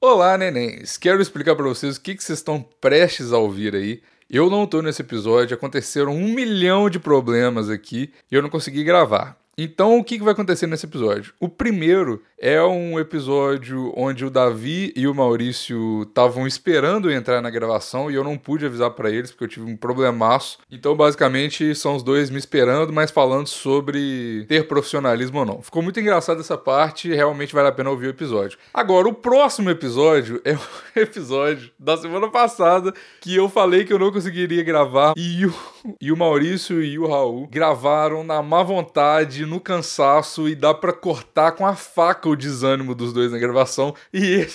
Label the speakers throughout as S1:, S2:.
S1: Olá, nenéns! Quero explicar para vocês o que, que vocês estão prestes a ouvir aí. Eu não estou nesse episódio, aconteceram um milhão de problemas aqui e eu não consegui gravar. Então, o que, que vai acontecer nesse episódio? O primeiro é um episódio onde o Davi e o Maurício estavam esperando eu entrar na gravação e eu não pude avisar para eles porque eu tive um problemaço. Então, basicamente, são os dois me esperando, mas falando sobre ter profissionalismo ou não. Ficou muito engraçado essa parte, realmente vale a pena ouvir o episódio. Agora, o próximo episódio é o episódio da semana passada que eu falei que eu não conseguiria gravar e o, e o Maurício e o Raul gravaram na má vontade no cansaço e dá para cortar com a faca o desânimo dos dois na gravação. E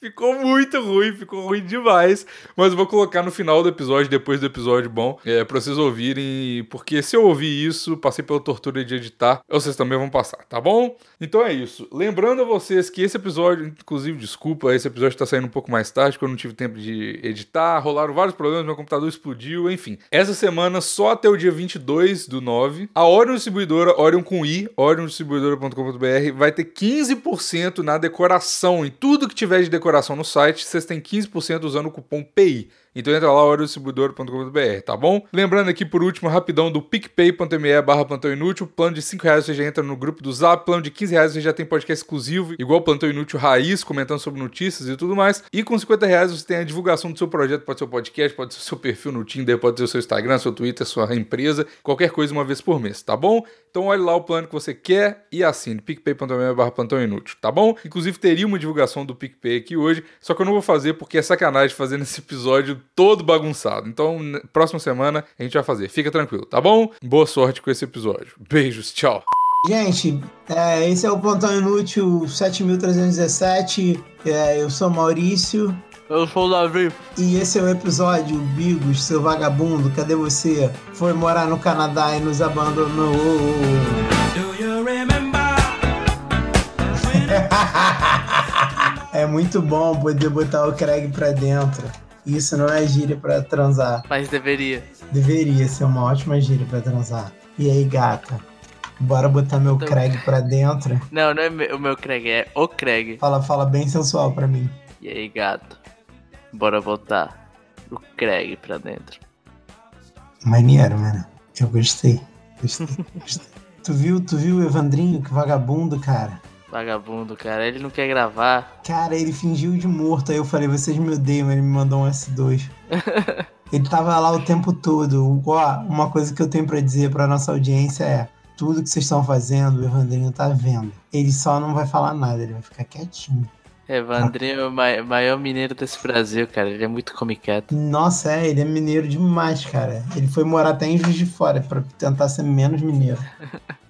S1: ficou muito ruim, ficou ruim demais. Mas eu vou colocar no final do episódio, depois do episódio bom, é, pra vocês ouvirem. Porque se eu ouvir isso, passei pela tortura de editar, vocês também vão passar, tá bom? Então é isso. Lembrando a vocês que esse episódio, inclusive, desculpa, esse episódio tá saindo um pouco mais tarde, porque eu não tive tempo de editar, rolaram vários problemas, meu computador explodiu, enfim. Essa semana, só até o dia 22 do 9, a Orion Distribuidora, Orion com I, oriondistribuidora.com.br, vai ter 15% na decoração, em tudo que tiver de decoração decoração no site, vocês têm 15% usando o cupom PI. Então entra lá, orodistribuidor.com.br, tá bom? Lembrando aqui, por último, rapidão, do picpay.me barra plantão inútil. Plano de 5 reais você já entra no grupo do Zap. Plano de 15 reais você já tem podcast exclusivo, igual Plantão Inútil Raiz, comentando sobre notícias e tudo mais. E com 50 reais você tem a divulgação do seu projeto, pode ser o podcast, pode ser o seu perfil no Tinder, pode ser o seu Instagram, seu Twitter, sua empresa, qualquer coisa uma vez por mês, tá bom? Então olhe lá o plano que você quer e assine, picpay.me barra plantão inútil, tá bom? Inclusive teria uma divulgação do PicPay aqui hoje, só que eu não vou fazer porque é sacanagem fazer nesse episódio todo bagunçado. Então, próxima semana a gente vai fazer. Fica tranquilo, tá bom? Boa sorte com esse episódio. Beijos, tchau.
S2: Gente, é, esse é o Plantão Inútil 7317. É, eu sou Maurício.
S3: Eu sou o Davi.
S2: E esse é o episódio Bigos, seu vagabundo, cadê você? Foi morar no Canadá e nos abandonou. Do you remember? é muito bom poder botar o Craig pra dentro. Isso não é gíria pra transar.
S3: Mas deveria.
S2: Deveria ser uma ótima gíria pra transar. E aí, gata? Bora botar meu então... Craig pra dentro?
S3: Não, não é o meu Craig, é o Craig.
S2: Fala, fala bem sensual pra mim.
S3: E aí, gato? Bora botar o Craig pra dentro.
S2: Maneiro, mano. Eu gostei. Gostei, gostei. tu viu, tu viu o Evandrinho? Que vagabundo, cara.
S3: Vagabundo, cara. Ele não quer gravar.
S2: Cara, ele fingiu de morto. Aí eu falei, vocês me odeiam. Ele me mandou um S2. ele tava lá o tempo todo. Ó, uma coisa que eu tenho para dizer pra nossa audiência é: tudo que vocês estão fazendo, o Evandrinho tá vendo. Ele só não vai falar nada, ele vai ficar quietinho.
S3: Evandrinho é o ma maior mineiro desse Brasil, cara. Ele é muito comiqueto.
S2: Nossa, é, ele é mineiro demais, cara. Ele foi morar até em Juiz de Fora pra tentar ser menos mineiro.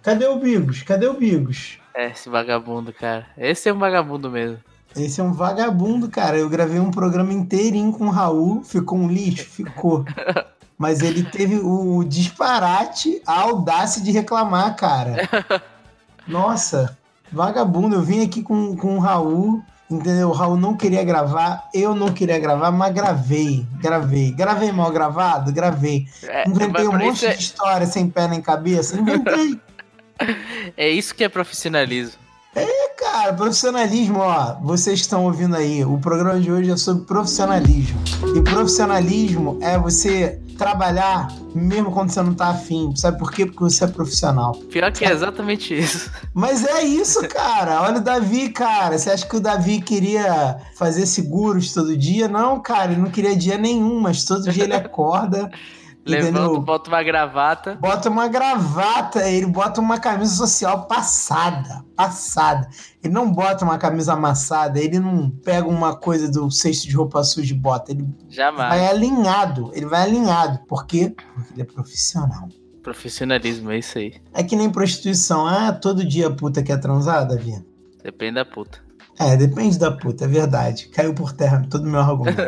S2: Cadê o Bigos? Cadê o Bigos?
S3: É, esse vagabundo, cara. Esse é um vagabundo mesmo.
S2: Esse é um vagabundo, cara. Eu gravei um programa inteirinho com o Raul, ficou um lixo? Ficou. Mas ele teve o disparate, a audácia de reclamar, cara. Nossa, vagabundo. Eu vim aqui com, com o Raul, entendeu? O Raul não queria gravar, eu não queria gravar, mas gravei, gravei. Gravei mal gravado? Gravei.
S3: É,
S2: Inventei um monte de história sem pé nem cabeça? Inventei.
S3: É isso que é profissionalismo.
S2: É, cara, profissionalismo, ó. Vocês estão ouvindo aí. O programa de hoje é sobre profissionalismo. E profissionalismo é você trabalhar mesmo quando você não tá afim. Sabe por quê? Porque você é profissional.
S3: Pior que é exatamente isso.
S2: Mas é isso, cara. Olha o Davi, cara. Você acha que o Davi queria fazer seguros todo dia? Não, cara, ele não queria dia nenhum, mas todo dia ele acorda.
S3: Levanta, entendeu? bota uma gravata.
S2: Bota uma gravata, ele bota uma camisa social passada, passada. Ele não bota uma camisa amassada, ele não pega uma coisa do cesto de roupa suja e bota. Ele
S3: Jamais.
S2: vai alinhado, ele vai alinhado. Por quê? Porque ele é profissional.
S3: Profissionalismo, é isso aí.
S2: É que nem prostituição. Ah, todo dia a puta quer transar, Davi?
S3: Depende da puta.
S2: É, depende da puta, é verdade. Caiu por terra todo meu argumento.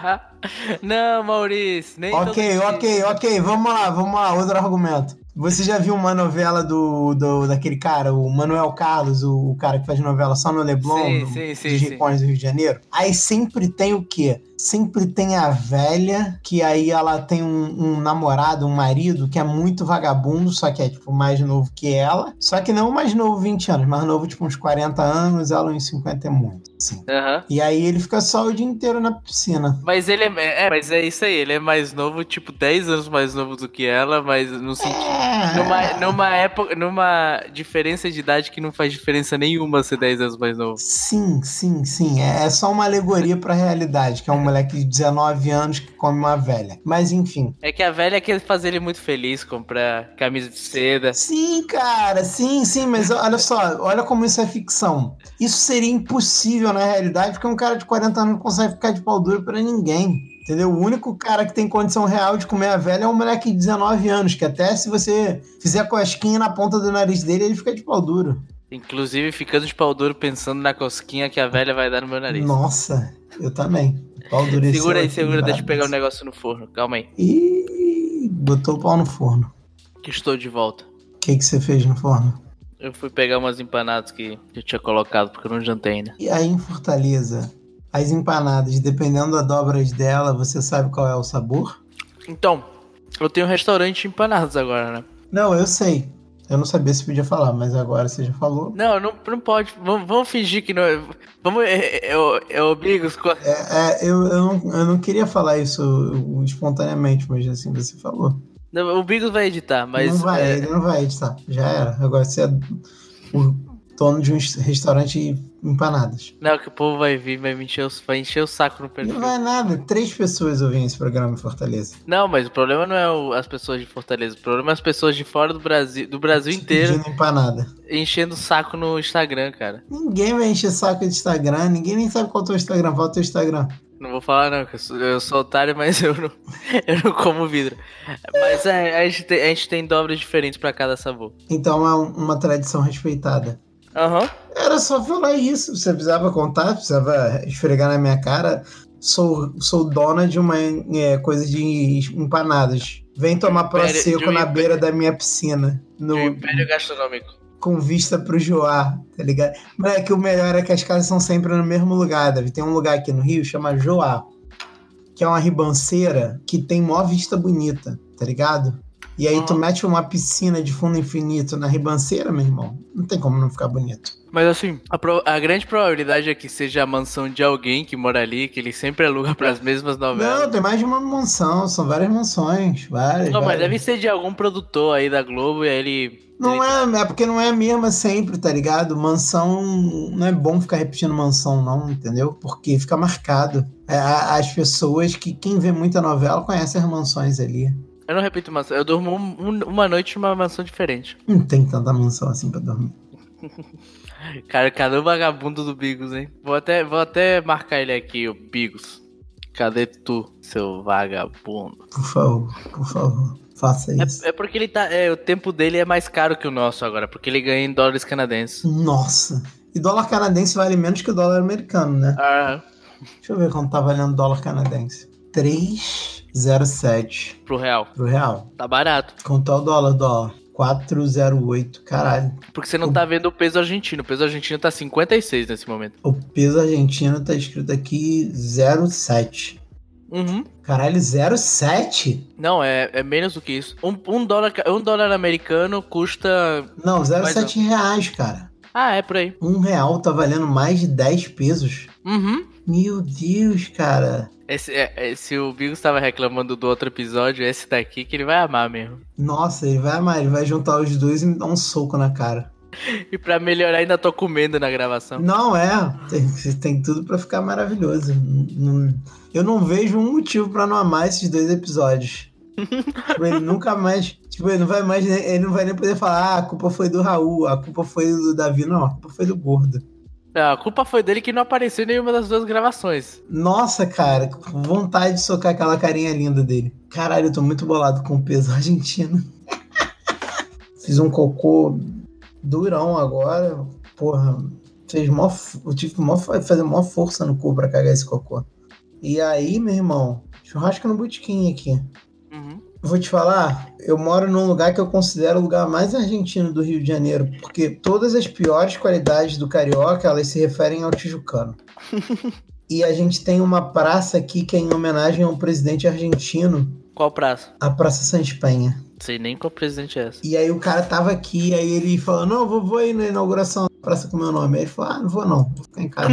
S3: não, Maurício, nem
S2: Ok, ok, ok, vamos lá, vamos lá, outro argumento. Você já viu uma novela do, do daquele cara, o Manuel Carlos, o, o cara que faz novela só no Leblon,
S3: sim,
S2: no,
S3: sim, sim,
S2: dos
S3: sim.
S2: Rincões do Rio de Janeiro? Aí sempre tem o quê? Sempre tem a velha, que aí ela tem um, um namorado, um marido, que é muito vagabundo, só que é, tipo, mais novo que ela. Só que não mais novo 20 anos, mais novo, tipo, uns 40 anos, ela uns 50 é muito. assim.
S3: Aham.
S2: E aí ele fica só o dia inteiro na piscina.
S3: Mas ele é, é, mas é isso aí, ele é mais novo, tipo 10 anos mais novo do que ela, mas no sentido
S2: É.
S3: numa, numa época, numa diferença de idade que não faz diferença nenhuma ser 10 anos mais novo.
S2: Sim, sim, sim. É é só uma alegoria pra realidade, que é um moleque de 19 anos que come uma velha. Mas enfim.
S3: É que a velha quer fazer ele muito feliz, comprar camisa de seda.
S2: Sim, cara, sim, sim, mas olha só, olha como isso é ficção. Isso seria impossível na realidade, porque um cara de 40 anos não consegue ficar de pau duro pra ninguém. Entendeu? O único cara que tem condição real de comer a velha é um moleque de 19 anos, que até se você fizer cosquinha na ponta do nariz dele, ele fica de pau duro.
S3: Inclusive ficando de pau duro pensando na cosquinha que a velha vai dar no meu nariz.
S2: Nossa, é eu também. Pau duro esse
S3: Segura aí,
S2: aqui,
S3: segura, deixa eu
S2: brabo.
S3: pegar um negócio no forno. Calma aí,
S2: Ih, botou o pau no forno.
S3: que estou de volta.
S2: O que, que você fez no forno?
S3: Eu fui pegar umas empanadas que eu tinha colocado, porque eu não jantei ainda.
S2: E aí em Fortaleza, as empanadas, dependendo das dobras dela, você sabe qual é o sabor?
S3: Então, eu tenho um restaurante de empanadas agora, né?
S2: Não, eu sei. Eu não sabia se podia falar, mas agora você já falou.
S3: Não, não, não pode. Vamos, vamos fingir que não. é- Vamos. é, Eu, eu obrigo os. co-
S2: É, é, eu, eu, não, eu não queria falar isso espontaneamente, mas assim você falou.
S3: Não, O Bigos vai editar, mas.
S2: não vai,
S3: é,
S2: ele não vai editar. Já era. Agora você é o dono de um restaurante de empanadas.
S3: não, que o povo vai vir, vai me encher, os- vai encher o saco no perfil.
S2: Não vai nada. Três pessoas ouviram esse programa em Fortaleza.
S3: Não, mas o problema não é o- as pessoas de Fortaleza. O problema é as pessoas de fora do Brasil, do Brasil inteiro,
S2: Pedindo empanada.
S3: enchendo o saco no Instagram, cara.
S2: Ninguém vai encher saco de Instagram, ninguém nem sabe qual é o teu Instagram, qual é o teu Instagram.
S3: Não vou falar, não, que eu sou, eu sou otário, mas eu não, eu não como vidro. Mas é, a, gente tem, a gente tem dobras diferentes pra cada sabor.
S2: Então é um- uma tradição respeitada.
S3: Aham.
S2: Era só falar isso, você precisava contar, precisava esfregar na minha cara. Sou, sou dona de uma é, coisa de empanadas. Vem tomar
S3: Império- de
S2: prosecco
S3: um
S2: na
S3: império-
S2: beira da minha piscina, no,
S3: Do Império Gastronômico.
S2: com vista pro Joá, tá ligado? Moleque, o melhor é que as casas são sempre no mesmo lugar, Davi. Tem um lugar aqui no Rio chama Joá, que é uma ribanceira que tem mó vista bonita, tá ligado? E aí tu
S3: Hum.
S2: mete uma piscina de fundo infinito na ribanceira, meu irmão. Não tem como não ficar bonito.
S3: Mas assim, a, pro- a grande probabilidade é que seja a mansão de alguém que mora ali, que ele sempre aluga pras mesmas novelas.
S2: Não, tem mais de uma mansão, são várias mansões, várias.
S3: Não, mas
S2: várias.
S3: deve ser de algum produtor aí da Globo e aí ele.
S2: Não
S3: ele-
S2: é, é porque não é a mesma sempre, tá ligado? Mansão, não é bom ficar repetindo mansão, não, entendeu? Porque fica marcado. É, a- as pessoas que, quem vê muita novela, conhece as mansões ali.
S3: Eu não repito mansão, eu durmo um- um- uma noite numa mansão diferente.
S2: Não tem tanta mansão assim pra dormir.
S3: Cara, cadê o vagabundo do Bigos, hein? Vou até, vou até marcar ele aqui, o Bigos. Cadê tu, seu vagabundo?
S2: Por favor, por favor, faça isso.
S3: É, é porque ele tá. é, o tempo dele é mais caro que o nosso agora, porque ele ganha em dólares canadenses.
S2: Nossa, e dólar canadense vale menos que o dólar americano, né?
S3: Ah,
S2: Deixa eu ver quanto tá valendo dólar canadense. 3,07
S3: pro real.
S2: pro real.
S3: Tá barato.
S2: Quanto é o dólar, dólar? 408, caralho.
S3: Porque você não tá vendo o peso argentino. O peso argentino tá 56 nesse momento.
S2: O peso argentino tá escrito aqui 0,7.
S3: Uhum.
S2: Caralho, 0,7?
S3: Não, é, é menos do que isso. Um, um dólar, ca- um dólar americano custa.
S2: Não,
S3: Mas
S2: 0,7 reais, cara.
S3: Ah, é por aí.
S2: Um real tá valendo mais de 10 pesos.
S3: Uhum.
S2: Meu Deus, cara.
S3: Esse, é- é- se o Bigos tava reclamando do outro episódio, esse daqui que ele vai amar mesmo.
S2: Nossa, ele vai amar, ele vai juntar os dois e me dar um soco na cara.
S3: E pra melhorar, ainda tô comendo na gravação.
S2: Não é, tem, tem tudo pra ficar maravilhoso. Não- Eu não vejo um motivo pra não amar esses dois episódios. tipo, ele nunca mais, tipo, ele não vai mais, nem- ele não vai nem poder falar, ah, a culpa foi do Raul, a culpa foi do Davi, não, a culpa foi do gordo.
S3: Não, Ah, a culpa foi dele que não apareceu em nenhuma das duas gravações.
S2: Nossa, cara, que vontade de socar aquela carinha linda dele. Caralho, eu tô muito bolado com o peso argentino. Fiz um cocô durão agora. Porra, fez mó, f- eu tive que mó, fa- fazer mó força no cu pra cagar esse cocô. E aí, meu irmão, churrasco no botequim aqui.
S3: Uhum.
S2: Vou te falar, eu moro num lugar que eu considero o lugar mais argentino do Rio de Janeiro, porque todas as piores qualidades do carioca, elas se referem ao tijucano. e a gente tem uma praça aqui que é em homenagem ao presidente argentino,
S3: Qual prazo?
S2: a Praça Santa Espanha.
S3: Sei nem qual presidente é essa.
S2: E aí o cara tava aqui, aí ele falou, não, eu vou, vou aí na inauguração da praça com meu nome. Aí ele falou, ah, não vou não, vou ficar em casa.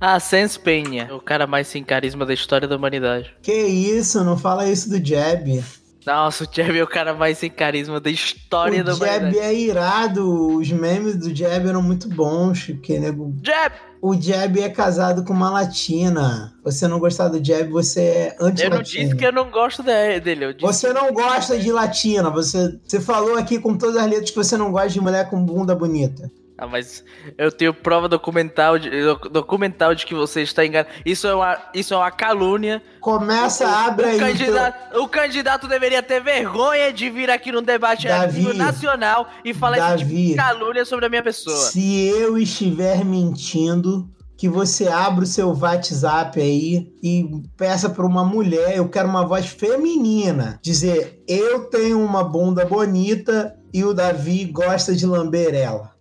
S3: Ah, Sans Penha. O cara mais sem carisma da história da humanidade.
S2: Que isso, não fala isso do Jeb.
S3: Nossa, o Jeb é o cara mais sem carisma da história da
S2: O Jeb
S3: humanidade.
S2: é irado, os memes do Jeb eram muito bons, que nego.
S3: Jeb!
S2: O Jeb é casado com uma latina. Você não gostar do Jeb, você é
S3: Eu não disse que
S2: anti-latina.
S3: eu não gosto de- dele. Eu disse
S2: Você não gosta de latina, você, você falou aqui com todas as letras que você não gosta de mulher com bunda bonita.
S3: Ah, mas eu tenho prova documental de, doc- documental de que você está enganado. Isso é uma, isso é uma calúnia.
S2: Começa, abre aí. então. o
S3: o,
S2: teu-
S3: candidato, o candidato deveria ter vergonha de vir aqui num debate a
S2: Davi.
S3: nível nacional e falar esse tipo
S2: Davi.
S3: de calúnia sobre a minha pessoa.
S2: Se eu estiver mentindo, que você abra o seu WhatsApp aí e peça pra uma mulher, eu quero uma voz feminina, dizer: eu tenho uma bunda bonita e o Davi gosta de lamber ela.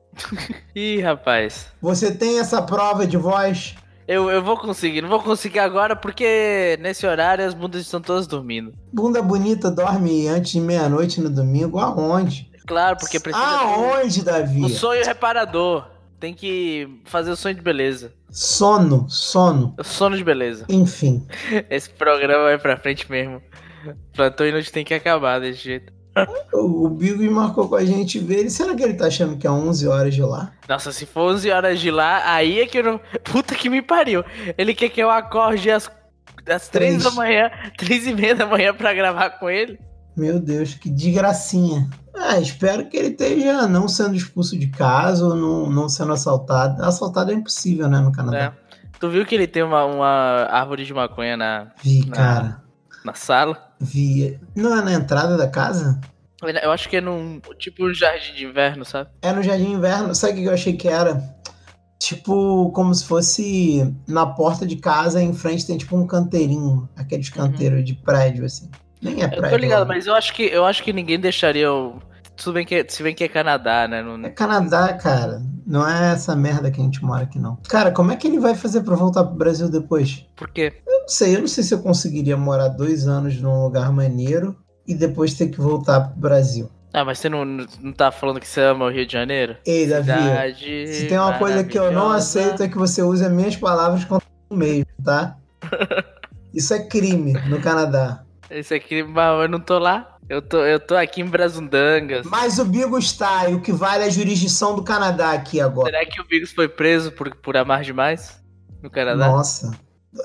S3: Ih, rapaz.
S2: Você tem essa prova de voz?
S3: Eu, eu vou conseguir, não vou conseguir agora porque nesse horário as bundas estão todas dormindo.
S2: Bunda bonita dorme antes de meia-noite no domingo? Aonde?
S3: Claro, porque precisa.
S2: Aonde,
S3: ter
S2: Davi?
S3: um sonho reparador. Tem que fazer o sonho de beleza.
S2: Sono, sono.
S3: O sono de beleza.
S2: Enfim.
S3: Esse programa vai pra frente mesmo. Plantão Inútil tem que acabar desse jeito.
S2: O o Bigos marcou com a gente ver ele. Será que ele tá achando que é 11 horas de lá?
S3: Nossa, se for 11 horas de lá, aí é que eu não... Puta que me pariu. Ele quer que eu acorde às, às 3
S2: Três.
S3: da manhã, 3 e meia da manhã pra gravar com ele.
S2: Meu Deus, que desgracinha. Ah, espero que ele esteja não sendo expulso de casa ou não, não sendo assaltado. Assaltado é impossível, né, no Canadá.
S3: Né? Tu viu que ele tem uma, uma árvore de maconha na,
S2: Vi,
S3: Não.
S2: cara.
S3: na sala?
S2: Vi. Não é na entrada da casa?
S3: Eu acho que é num... Tipo um jardim de inverno, sabe?
S2: É no Jardim Inverno. Sabe o que eu achei que era? Tipo, como se fosse na porta de casa, em frente tem tipo um canteirinho. Aqueles canteiros de prédio, assim. Nem é
S3: Uhum. Eu
S2: prédio.
S3: tô ligado,
S2: né?
S3: mas eu acho que, eu acho que ninguém deixaria... Eu... Tudo bem que, se bem que é Canadá, né? Não-
S2: É Canadá, cara. Não é essa merda que a gente mora aqui, não. Cara, como é que ele vai fazer pra voltar pro Brasil depois?
S3: Por quê?
S2: Não sei, eu não sei se eu conseguiria morar dois anos num lugar maneiro e depois ter que voltar pro Brasil.
S3: Ah, mas você não, não tá falando que você ama o Rio de Janeiro?
S2: Ei, Davi,
S3: Cidade
S2: se tem uma coisa que eu não
S3: maravilhosa.
S2: aceito é que você use as minhas palavras contra o meio, tá? Isso é crime no Canadá.
S3: Esse aqui, mas eu não tô lá. Eu tô, eu tô aqui em Brasundangas.
S2: Mas o Bigo está e o que vale é a jurisdição do Canadá aqui agora.
S3: Será que o Bigos foi preso por, por amar demais? No Canadá?
S2: Nossa,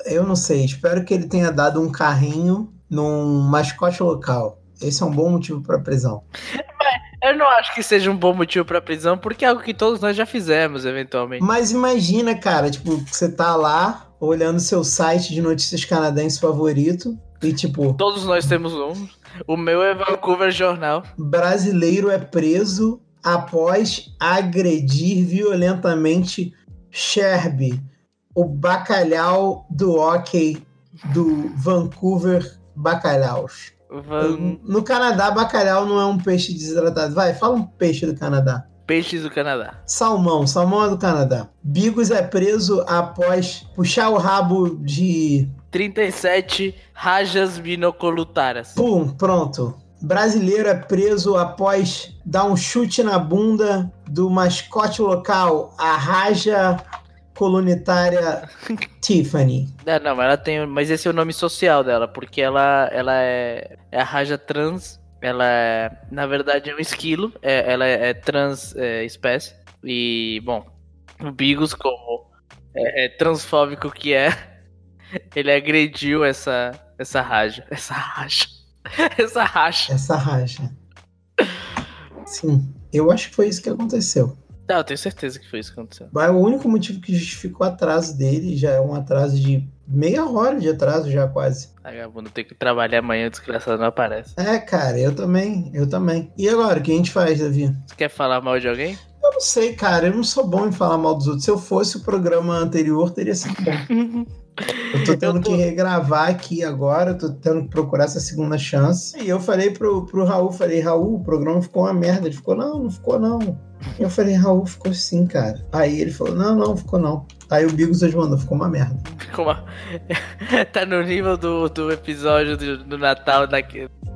S2: eu não sei. Espero que ele tenha dado um carrinho num mascote local. Esse é um bom motivo pra prisão.
S3: Eu não acho que seja um bom motivo pra prisão, porque é algo que todos nós já fizemos, eventualmente.
S2: Mas imagina, cara, tipo, você tá lá olhando seu site de notícias canadense favorito e tipo,
S3: Todos nós temos um. O meu é Vancouver Jornal.
S2: brasileiro é preso após agredir violentamente Sherby, o bacalhau do hockey do Vancouver Bacalhaus.
S3: Van...
S2: No Canadá, bacalhau não é um peixe desidratado. Vai, fala um peixe do Canadá.
S3: Peixes do Canadá.
S2: Salmão, salmão é do Canadá. Bigos é preso após puxar o rabo de.
S3: 37 rajas binocolutaras.
S2: Pum, pronto. Brasileiro é preso após dar um chute na bunda do mascote local, a Raja Colunitária Tiffany.
S3: Ah, não, mas ela tem. Mas esse é o nome social dela, porque ela, ela é, é a Raja trans. Ela é, na verdade, é um esquilo. é- ela é, é trans é, espécie. E, bom, o Bigos, como é, é transfóbico que é, ele agrediu essa, essa Raja. Essa Raja. Essa Raja.
S2: Essa Raja. Sim, eu acho que foi isso que aconteceu.
S3: Não, Tá, eu tenho certeza que foi isso que aconteceu.
S2: Mas o único motivo que justificou o atraso dele já é um atraso de meia hora de atraso, já quase.
S3: Vagabundo tem que trabalhar amanhã, o desgraçado não aparece.
S2: É, cara, eu também, eu também. E agora, o que a gente faz, Davi?
S3: Você quer falar mal de alguém?
S2: Eu não sei, cara, eu não sou bom em falar mal dos outros. Se eu fosse o programa anterior, teria sido bom. Eu tô tendo
S3: Eu tô-
S2: que regravar aqui agora, eu tô tendo que procurar essa segunda chance. E eu falei pro, pro Raul, falei, Raul, o programa ficou uma merda. Ele ficou, não, não ficou não. Eu falei, Raul, ficou sim, cara. Aí ele falou, não, não, ficou não. Aí o Bigos hoje mandou, ficou uma merda.
S3: Como a- tá no nível do, do episódio do, do Natal da,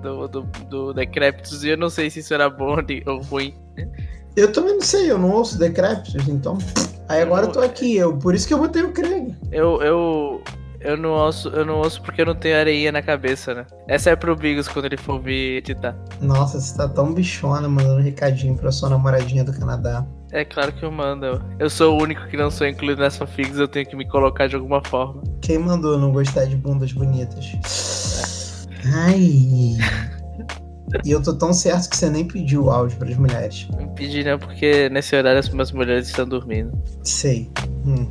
S3: do, do, do Decréptus e eu não sei se isso era bom de- ou ruim.
S2: Eu também não sei, eu não ouço Decréptos, então Aí
S3: Eu
S2: agora
S3: não-
S2: eu tô aqui, eu, por isso que eu botei o Craig.
S3: Eu, eu, eu não ouço, eu não ouço porque eu não tenho areinha na cabeça, né? Essa é pro Bigos quando ele for ouvir editar.
S2: Nossa, você tá tão bichona mandando recadinho pra sua namoradinha do Canadá.
S3: É claro que eu mando. Eu sou o único que não sou incluído nas fanfics, eu tenho que me colocar de alguma forma.
S2: Quem mandou não gostar de bundas bonitas? Ai. E eu tô tão certo que você nem pediu o áudio pras mulheres.
S3: Não pedi não, né? porque nesse horário as minhas mulheres estão dormindo.
S2: Sei. Hum.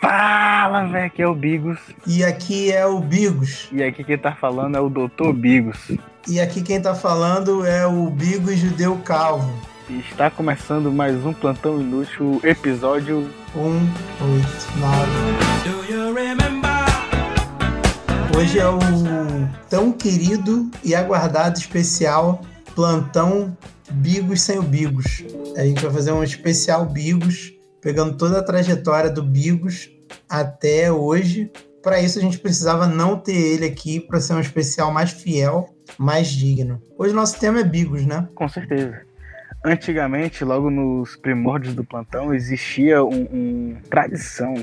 S4: Fala, velho, aqui é o Bigos.
S2: E aqui é o Bigos.
S4: E aqui quem tá falando é o Dr. Bigos.
S2: E aqui quem tá falando é o Bigos Judeu Calvo.
S4: E está começando mais um Plantão Inútil, episódio
S2: Um, oito, nove. Hoje é o tão querido e aguardado especial plantão Bigos sem o Bigos. A gente vai fazer um especial Bigos, pegando toda a trajetória do Bigos até hoje. Para isso a gente precisava não ter ele aqui para ser um especial mais fiel, mais digno. Hoje nosso tema é Bigos, né?
S4: Com certeza. Antigamente, logo nos primórdios do plantão, existia um, um- tradição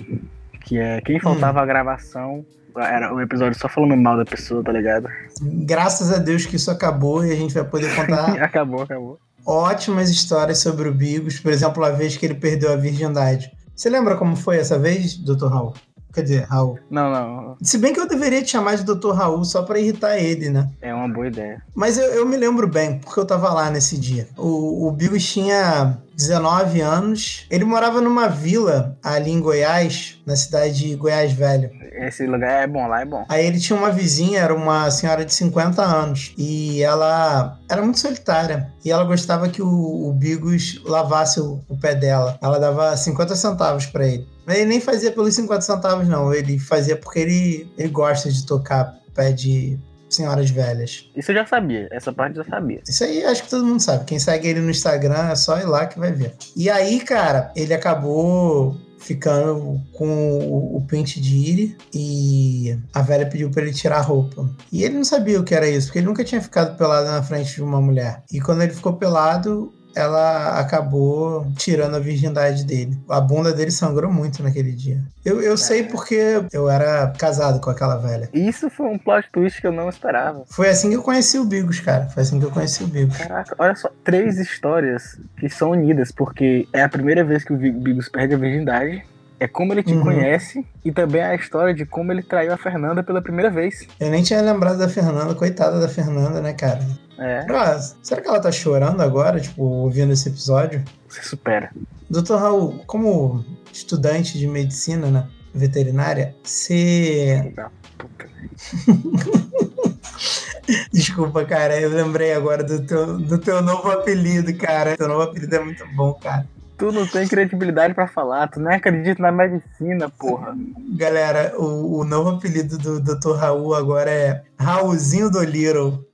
S4: que é quem faltava à gravação era o episódio só falando mal da pessoa, tá ligado?
S2: Graças a Deus que isso acabou e a gente vai poder contar
S4: acabou, acabou.
S2: ótimas histórias sobre o Bigos, por exemplo, a vez que ele perdeu a virgindade. Você lembra como foi essa vez, Dr. Raul? Quer dizer, Raul.
S4: Não, não,
S2: Se bem que eu deveria te chamar de Dr. Raul só pra irritar ele, né?
S4: é uma boa ideia.
S2: Mas eu, eu me lembro bem, porque eu tava lá nesse dia. O, o Bigos tinha 19 anos. Ele morava numa vila ali em Goiás, na cidade de Goiás Velho.
S4: Esse lugar é bom, lá é bom.
S2: Aí ele tinha uma vizinha, era uma senhora de 50 anos. E ela era muito solitária. E ela gostava que o, o Bigos lavasse o, o pé dela. Ela dava 50 centavos pra ele. Mas ele nem fazia pelos 50 centavos, não. Ele fazia porque ele, ele gosta de tocar pé de senhoras velhas.
S4: Isso eu já sabia, essa parte eu já sabia.
S2: Isso aí acho que todo mundo sabe. Quem segue ele no Instagram é só ir lá que vai ver. E aí, cara, ele acabou ficando com o, o pente de Iri e a velha pediu pra ele tirar a roupa. E ele não sabia o que era isso, porque ele nunca tinha ficado pelado na frente de uma mulher. E quando ele ficou pelado, ela acabou tirando a virgindade dele. A bunda dele sangrou muito naquele dia. Eu, eu sei porque eu era casado com aquela velha.
S4: Isso foi um plot twist que eu não esperava.
S2: Foi assim que eu conheci o Bigos, cara. Foi assim que eu conheci o Bigos.
S4: Caraca, olha só, três histórias que são unidas, porque é a primeira vez que o Vi- Bigos perde a virgindade, é como ele te
S2: Uhum.
S4: conhece, e também a história de como ele traiu a Fernanda pela primeira vez.
S2: Eu nem tinha lembrado da Fernanda, coitada da Fernanda, né, cara?
S4: É,
S2: Ah, será que ela tá chorando agora, tipo, ouvindo esse episódio?
S4: você supera.
S2: Dr. Raul, como estudante de medicina, né? Veterinária, você.
S4: Da puta.
S2: Desculpa, cara, eu lembrei agora do teu, do teu novo apelido, cara. Teu novo apelido é muito bom, cara.
S4: Tu não tem credibilidade pra falar, tu nem acredita na medicina, porra.
S2: Galera, o, o novo apelido do Dr. Raul agora é Raulzinho do Little.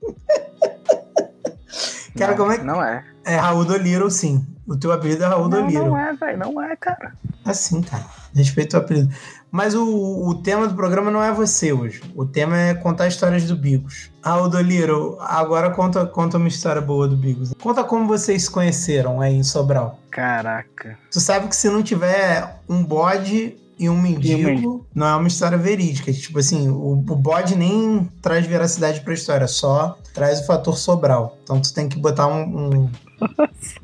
S2: Cara,
S4: não,
S2: como é que.
S4: Não é.
S2: É Raul do Little, sim. O teu apelido é Raul do
S4: Não,
S2: Little.
S4: não é, velho, não é, cara.
S2: Assim, cara. Respeito o apelido. Mas o, o tema do programa não é você hoje. O tema é contar histórias do Bigos. Ah, Odoliro, agora conta, conta uma história boa do Bigos. Conta como vocês se conheceram aí em Sobral.
S4: Caraca.
S2: Tu sabe que se não tiver um bode e um
S4: E um
S2: mendigo, não é uma história verídica. Tipo assim, o, o bode nem traz veracidade pra história, só traz o fator Sobral. Então tu tem que botar um. um-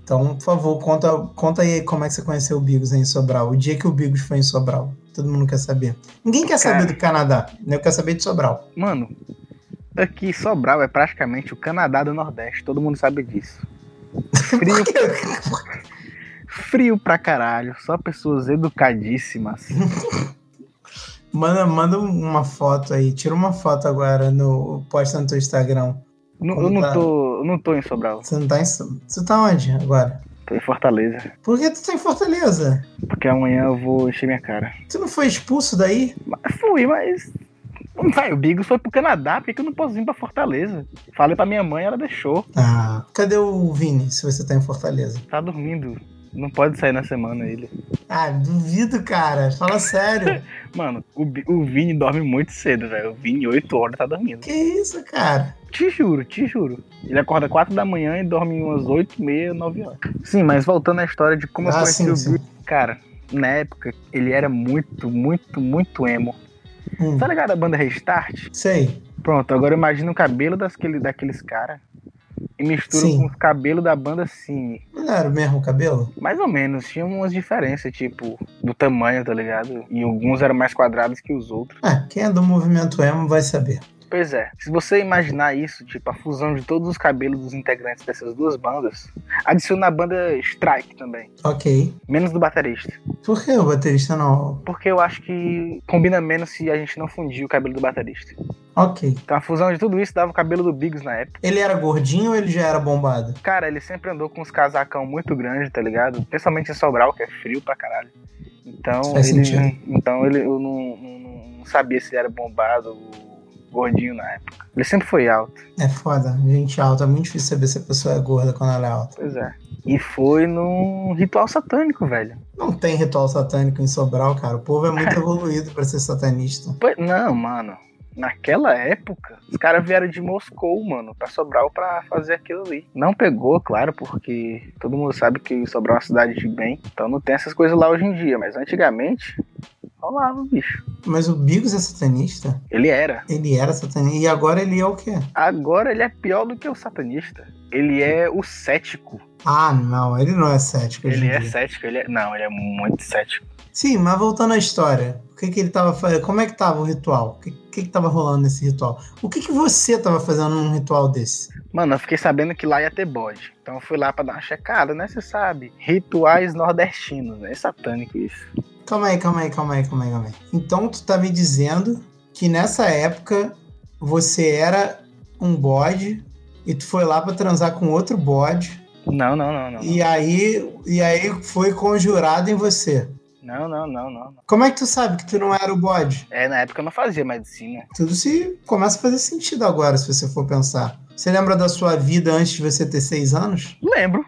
S2: Então, por favor, conta, conta aí como é que você conheceu o Bigos aí em Sobral. O dia que o Bigos foi em Sobral. Todo mundo quer saber. Ninguém quer
S4: Cara.
S2: saber do Canadá, né? Eu quero saber de Sobral.
S4: Mano, aqui Sobral é praticamente o Canadá do Nordeste, todo mundo sabe disso. Frio
S2: Por quê?
S4: frio pra caralho, só pessoas educadíssimas.
S2: Manda, manda uma foto aí. Tira uma foto agora no. Posta no teu Instagram.
S4: Nu-
S2: Como
S4: eu não
S2: tá?
S4: tô, eu não tô em Sobral,
S2: Você não tá em. So- Você tá onde agora?
S4: tô em Fortaleza,
S2: Por que tu tá em Fortaleza?
S4: porque amanhã eu vou encher minha cara.
S2: Tu não foi expulso daí?
S4: Mas fui, mas vai, o Bigos foi pro Canadá, por que que eu não posso vir pra Fortaleza? Falei pra minha mãe, ela deixou,
S2: Ah, cadê o Vini, se você tá em Fortaleza?
S4: tá dormindo. Não pode sair na semana ele.
S2: Ah, duvido, cara. Fala sério.
S4: Mano, o, Bi- o Vini dorme muito cedo, velho. O Vini, 8 horas, tá dormindo.
S2: que isso, cara?
S4: Te juro, te juro. Ele acorda 4 da manhã e dorme umas 8, meia, 9 horas. Sim, mas voltando à história de como eu
S2: Ah,
S4: conheci
S2: sim,
S4: o
S2: sim.
S4: Vini, cara, na época ele era muito, muito, muito emo.
S2: Hum,
S4: Tá ligado a banda Restart?
S2: sei.
S4: Pronto, agora imagina o cabelo dasquele, daqueles caras e mistura
S2: Sim.
S4: com os cabelos da banda Cine.
S2: Não era o mesmo cabelo?
S4: Mais ou menos, tinha umas diferenças, tipo, do tamanho, tá ligado? E alguns eram mais quadrados que os outros.
S2: Ah, quem é do movimento emo vai saber.
S4: Pois é, se você imaginar isso, tipo, a fusão de todos os cabelos dos integrantes dessas duas bandas, adiciona a banda Strike também,
S2: Ok.
S4: menos do baterista.
S2: Por que o baterista não?
S4: Porque eu acho que combina menos se a gente não fundir o cabelo do baterista.
S2: Ok.
S4: Então a fusão de tudo isso dava o cabelo do Biggs na época.
S2: Ele era gordinho ou ele já era bombado?
S4: Cara, ele sempre andou com uns casacão muito grande, tá ligado? Principalmente em Sobral, que é frio pra caralho. Então,
S2: Isso faz
S4: ele,
S2: sentido.
S4: então ele, eu não, não- não sabia se ele era bombado ou gordinho na época. Ele sempre foi alto,
S2: É foda. Gente alta, é muito difícil saber se a pessoa é gorda quando ela é alta.
S4: pois é. E foi num ritual satânico, velho.
S2: Não tem ritual satânico em Sobral, cara. O povo é muito evoluído pra ser satanista.
S4: Pois- Não, mano. Naquela época, os caras vieram de Moscou, mano, pra Sobral pra fazer aquilo ali. Não pegou, claro, porque todo mundo sabe que Sobral é uma cidade de bem. Então não tem essas coisas lá hoje em dia, mas antigamente rolava, bicho.
S2: Mas o Bigos é satanista?
S4: Ele era.
S2: Ele era satanista. E agora ele é o quê?
S4: Agora ele é pior do que o satanista. Ele é o cético.
S2: Ah, não. Ele não é cético. hoje
S4: Ele
S2: em
S4: é
S2: dia.
S4: cético, ele é. Não, ele é muito cético.
S2: Sim, mas voltando à história, o que que ele tava fazendo? Como é que tava o ritual? O que que, que tava rolando nesse ritual? O que que você tava fazendo num ritual desse?
S4: Mano, eu fiquei sabendo que lá ia ter bode. Então eu fui lá pra dar uma checada, né? Você sabe. Rituais nordestinos, né? É satânico isso.
S2: Calma aí, calma aí, calma aí, calma aí, calma aí. Então tu tá me dizendo que nessa época você era um bode e tu foi lá pra transar com outro bode
S4: Não, não, não, não.
S2: e aí e aí foi conjurado em você.
S4: Não, não, não, não. não.
S2: Como é que tu sabe que tu não era o bode?
S4: É, na época eu não fazia medicina.
S2: Tudo se começa a fazer sentido agora, se você for pensar. Você lembra da sua vida antes de você ter seis anos?
S4: Lembro.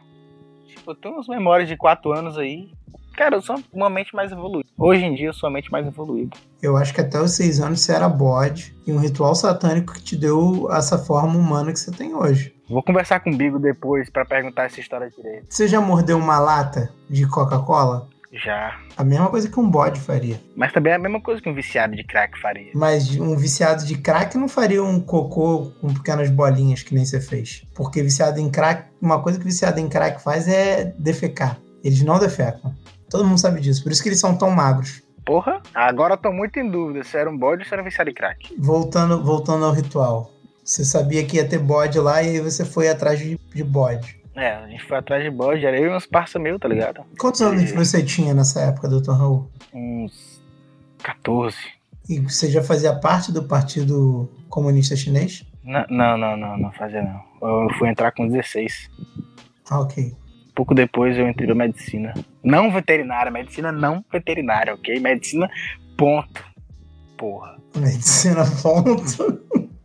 S4: Tipo, eu tenho umas memórias de quatro anos aí. Cara, eu sou uma mente mais evoluída. Hoje em dia eu sou uma mente mais evoluída.
S2: Eu acho que até os seis anos você era bode e um ritual satânico que te deu essa forma humana que você tem hoje.
S4: Vou conversar com o Bigo depois pra perguntar essa história direito.
S2: Você já mordeu uma lata de Coca-Cola?
S4: Já.
S2: A mesma coisa que um bode faria.
S4: Mas também é a mesma coisa que um viciado de crack faria.
S2: Mas um viciado de crack não faria um cocô com pequenas bolinhas que nem você fez. Porque viciado em crack, uma coisa que viciado em crack faz é defecar. Eles não defecam. Todo mundo sabe disso. Por isso que eles são tão magros.
S4: Porra, agora eu tô muito em dúvida se era um bode ou se era um viciado de crack.
S2: Voltando, voltando ao ritual. Você sabia que ia ter bode lá e aí você foi atrás de, de bode.
S4: É, a gente foi atrás de bode, era eu e uns parça meu, tá ligado?
S2: Quantos anos você tinha nessa época, doutor Raul?
S4: Uns 14.
S2: E você já fazia parte do Partido Comunista Chinês?
S4: Não, não, não, não, não fazia não. Eu fui entrar com 16.
S2: Ah, ok.
S4: Pouco depois eu entrei na medicina. Não veterinária, medicina não veterinária, ok? Medicina, ponto. Porra.
S2: é Medicina ponto.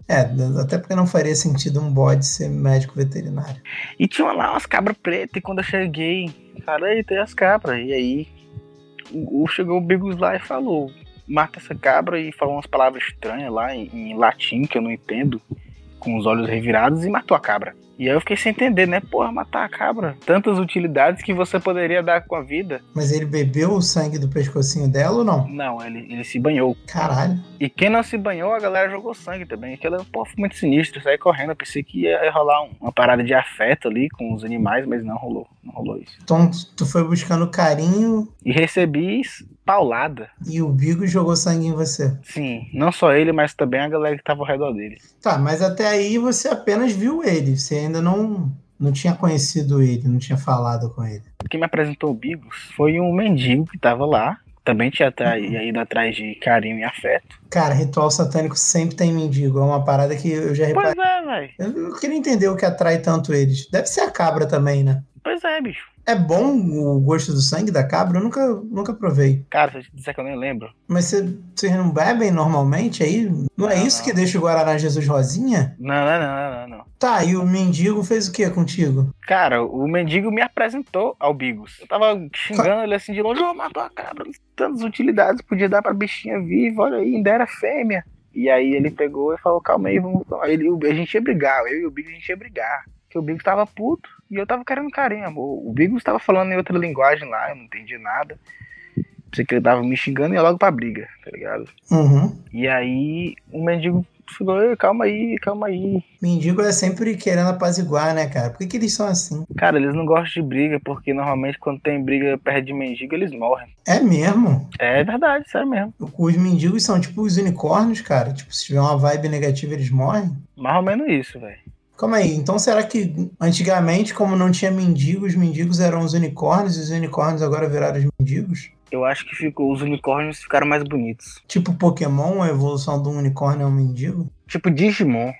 S2: É, até porque não faria sentido um bode ser médico veterinário.
S4: E tinha lá umas cabras pretas, e quando eu cheguei, falei, tem as cabras. E aí, o, o- chegou o Bigos lá e falou, mata essa cabra e falou umas palavras estranhas lá em, em latim, que eu não entendo, com os olhos revirados, e matou a cabra. E aí eu fiquei sem entender, né? Porra, matar a cabra. Tantas utilidades que você poderia dar com a vida.
S2: Mas ele bebeu o sangue do pescocinho dela ou não?
S4: Não, ele, ele se banhou.
S2: Caralho.
S4: E quem não se banhou, a galera jogou sangue também. Aquela, pô, foi muito sinistro. Eu Saí correndo, eu pensei que ia, ia rolar um- uma parada de afeto ali com os animais, mas não rolou. Não rolou isso.
S2: Então tu foi buscando carinho
S4: E recebi s- paulada.
S2: e o Bigo jogou sangue em você.
S4: Sim, não só ele, mas também a galera que tava ao redor dele.
S2: Tá, mas até aí você apenas viu ele. Você ainda não, não tinha conhecido ele, não tinha falado com ele.
S4: Quem me apresentou o Bigos foi um mendigo que tava lá. Também tinha atra- ido atrás de carinho e afeto.
S2: Cara, ritual satânico sempre tem mendigo. É uma parada que eu já reparei.
S4: Pois é, velho.
S2: Eu eu queria entender o que atrai tanto eles. Deve ser a cabra também, né?
S4: Pois é, bicho.
S2: É bom o gosto do sangue da cabra? Eu nunca, nunca provei.
S4: Cara, se eu te disser que eu nem lembro.
S2: Mas você- vocês não bebem normalmente aí? Não é
S4: Não,
S2: isso
S4: não.
S2: que deixa o Guaraná Jesus Rosinha?
S4: Não, não, não, não, não, não.
S2: Tá, e o mendigo fez o que contigo?
S4: Cara, o mendigo me apresentou ao Bigos. Eu tava xingando ele assim de longe, ô, matou a cabra, tantas utilidades, podia dar pra bichinha viva, olha aí, ainda era fêmea. E aí ele pegou e falou, calma aí, vamos tomar. Ele, a gente ia brigar, eu e o Bigos, a gente ia brigar. Porque o Bigos tava puto e eu tava querendo carinho, amor. O Bigos tava falando em outra linguagem lá, eu não entendi nada. Pensei que ele tava me xingando e ia logo pra briga, tá ligado?
S2: Uhum.
S4: E aí o mendigo falou, "Ei, calma aí, calma aí.
S2: Mendigo é sempre querendo apaziguar, né, cara? Por que, que eles são assim?
S4: Cara, eles não gostam de briga, porque normalmente quando tem briga perto de mendigo, eles morrem.
S2: É mesmo?
S4: É verdade, sério mesmo.
S2: Os mendigos são tipo os unicórnios, cara. Tipo, se tiver uma vibe negativa, eles morrem.
S4: Mais ou menos isso, velho.
S2: Calma aí, então será que antigamente, como não tinha mendigos, os mendigos eram os unicórnios e os unicórnios agora viraram os mendigos?
S4: Eu acho que ficou, os unicórnios ficaram mais bonitos.
S2: Tipo Pokémon, a evolução do unicórnio é um mendigo?
S4: Tipo Digimon,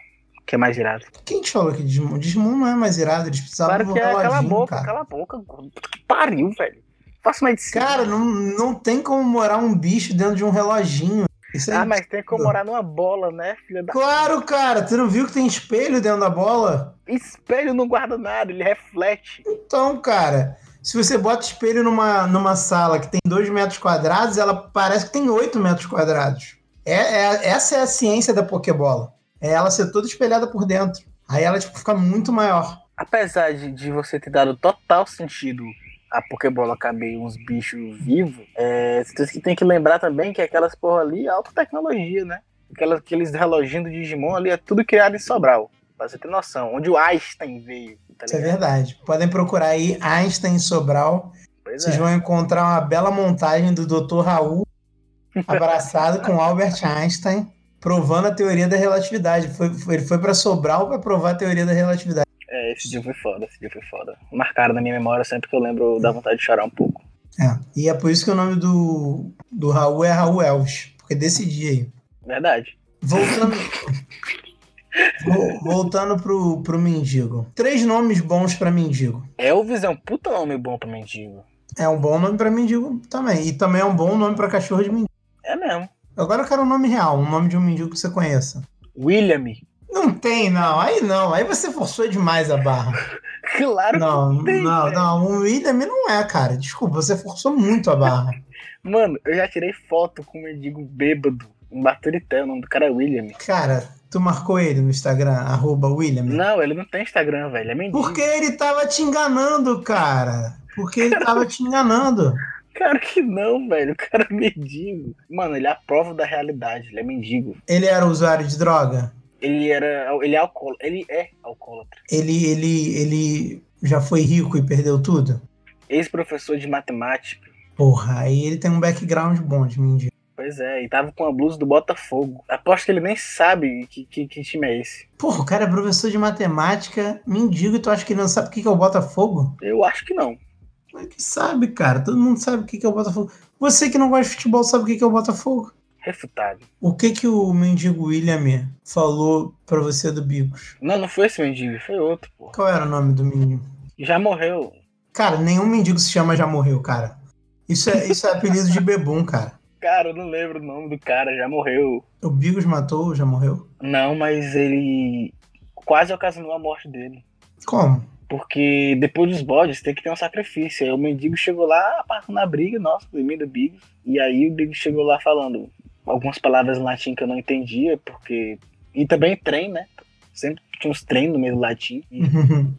S4: que é mais irado.
S2: Quem te falou que Digimon? Digimon não é mais irado, eles precisavam
S4: Claro
S2: de um
S4: que é, cala a
S2: reloginho,
S4: boca,
S2: cara.
S4: cala a boca. Puta que pariu, velho. Faço medicina.
S2: Cara, não, não tem como morar um bicho dentro de um reloginho. Isso aí...
S4: ah, mas tem que morar numa bola, né, filha da...
S2: Claro, cara, tu não viu que tem espelho dentro da bola?
S4: Espelho não guarda nada, ele reflete.
S2: Então, cara, se você bota espelho numa, numa sala que tem 2 metros quadrados, ela parece que tem 8 metros quadrados. É, é- essa é a ciência da Pokébola. É ela ser toda espelhada por dentro. Aí ela tipo, fica muito maior.
S4: Apesar de, de você ter dado total sentido a Pokébola caber uns bichos vivos, é, você tem que lembrar também que aquelas porra ali é alta tecnologia, né? Aquelas, aqueles reloginhos do Digimon ali é tudo criado em Sobral. Pra você ter noção, onde o Einstein veio, tá
S2: Isso é
S4: ligado?
S2: verdade. Podem procurar aí Einstein e Sobral.
S4: Pois
S2: Vocês
S4: é.
S2: vão encontrar uma bela montagem do Dr. Raul abraçado com Albert Einstein, provando a teoria da relatividade. Foi- foi- ele foi para Sobral para provar a teoria da relatividade.
S4: É, esse dia foi foda, esse dia foi foda. Marcaram na minha memória sempre que eu lembro dá vontade de chorar um pouco.
S2: É, e é por isso que o nome do, do Raul é Raul Elvis, porque desse dia aí.
S4: Verdade.
S2: Voltando. Vo- Voltando pro, pro mendigo. Três nomes bons pra mendigo.
S4: Elvis é um puta nome bom pra mendigo.
S2: É um bom nome pra mendigo também. E também é um bom nome pra cachorro de mendigo.
S4: É mesmo.
S2: Agora eu quero um nome real, um nome de um mendigo que você conheça.
S4: William.
S2: Não tem, não. Aí não. Aí você forçou demais a barra.
S4: Claro
S2: Não,
S4: que tem,
S2: não,
S4: velho.
S2: não. O William não é, cara. Desculpa, você forçou muito a barra.
S4: Mano, eu já tirei foto com um mendigo bêbado em Baturité, o nome do cara é William.
S2: Cara, tu marcou ele no Instagram, arroba William?
S4: Não, ele não tem Instagram, velho, é mendigo.
S2: Porque ele tava te enganando, cara. Porque ele tava te enganando.
S4: Claro que não, velho, o cara é mendigo. Mano, ele é a prova da realidade, ele é mendigo.
S2: Ele era usuário de droga?
S4: Ele era, ele é alcoólatra, ele é alcoólatra.
S2: Ele, ele, ele já foi rico e perdeu tudo?
S4: Ex-professor de matemática.
S2: Porra, aí ele tem um background bom de mendigo.
S4: Pois é, e tava com a blusa do Botafogo. Aposto que ele nem sabe que, que, que time é esse.
S2: Porra, o cara é professor de matemática, mendigo, e tu acha que ele não sabe o que que é o Botafogo?
S4: Eu acho que não.
S2: Mas que sabe, cara. Todo mundo sabe o que que é o Botafogo. Você que não gosta de futebol sabe o que que é o Botafogo.
S4: Refutado.
S2: O que que o mendigo William falou pra você do Bigos?
S4: Não, não foi esse mendigo, foi outro, pô.
S2: Qual era o nome do mendigo?
S4: Já morreu.
S2: Cara, nenhum mendigo se chama já morreu, cara. Isso é, isso é apelido de bebum, cara.
S4: Cara, eu não lembro o nome do cara, já morreu.
S2: O Bigos matou, já morreu?
S4: Não, mas ele quase ocasionou a morte dele.
S2: Como?
S4: Porque depois dos bodes tem que ter um sacrifício. Aí o mendigo chegou lá, passou na briga, nossa, do meio do Bigos. E aí o Bigos chegou lá falando algumas palavras em latim que eu não entendia, porque. E também trem, né? Sempre tinha uns trem no meio do latim. E,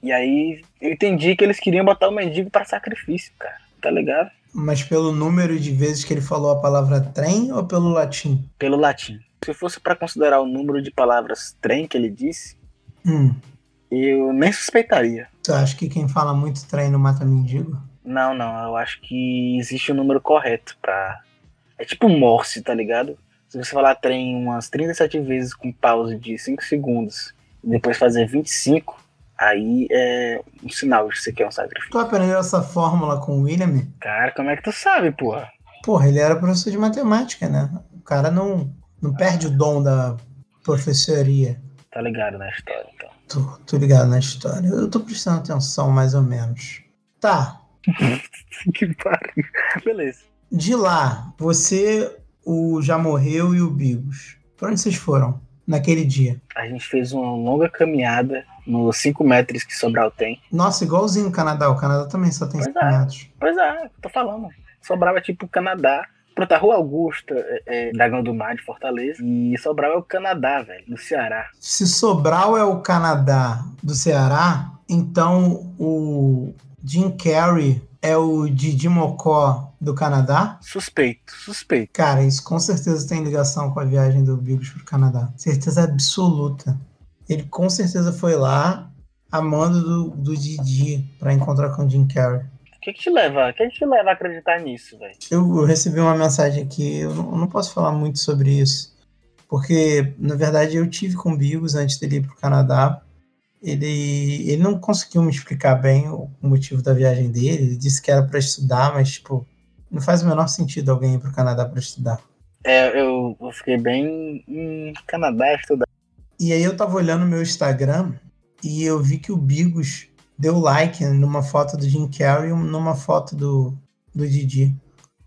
S4: e aí eu entendi que eles queriam botar o mendigo pra sacrifício, cara. Tá ligado?
S2: Mas pelo número de vezes que ele falou a palavra trem ou pelo latim?
S4: Pelo latim. Se fosse pra considerar o número de palavras trem que ele disse,
S2: Hum,
S4: eu nem suspeitaria.
S2: tu acha que quem fala muito trem não mata mendigo?
S4: Não, não, eu acho que existe um número correto pra. É tipo Morse, tá ligado? Se você falar trem umas 37 vezes com pause de 5 segundos e depois fazer 25, aí é um sinal de que você quer um sacrifício.
S2: Tu aprendeu essa fórmula com o William?
S4: Cara, como é que tu sabe, porra?
S2: Porra, ele era professor de matemática, né? O cara não, não perde o dom da professoria.
S4: Tá ligado na história, então.
S2: Tô, tô ligado na história. Eu tô prestando atenção, mais ou menos. Tá.
S4: que pariu. Beleza.
S2: De lá, você, o Já Morreu e o Bigos. Pra onde vocês foram naquele dia?
S4: A gente fez uma longa caminhada nos 5 metros que Sobral tem.
S2: Nossa, igualzinho o Canadá. O Canadá também só tem
S4: Pois
S2: cinco
S4: é.
S2: metros.
S4: Pois é, tô falando. Sobrava tipo o Canadá. Pronto, a Rua Augusta é, é Dragão do Mar de Fortaleza. E Sobral é o Canadá, velho, no Ceará.
S2: Se Sobral é o Canadá do Ceará, então o Jim Carrey é o Didi Mocó do Canadá?
S4: Suspeito, suspeito.
S2: Cara, isso com certeza tem ligação com a viagem do Bigos pro Canadá. Certeza absoluta. Ele com certeza foi lá amando do, do Didi pra encontrar com o Jim Carrey.
S4: O que, que te leva? O que, que te leva a acreditar nisso, velho?
S2: Eu eu recebi uma mensagem aqui, eu não eu não posso falar muito sobre isso, porque na verdade eu tive com o Bigos antes dele ir para o Canadá. Ele, ele não conseguiu me explicar bem o motivo da viagem dele. Ele disse que era para estudar, mas tipo, não faz o menor sentido alguém ir para o Canadá para estudar.
S4: É, eu, eu fiquei bem. Hum, Canadá estudar.
S2: E aí eu tava olhando o meu Instagram e eu vi que o Bigos deu like numa foto do Jim Carrey e numa foto do, do Didi.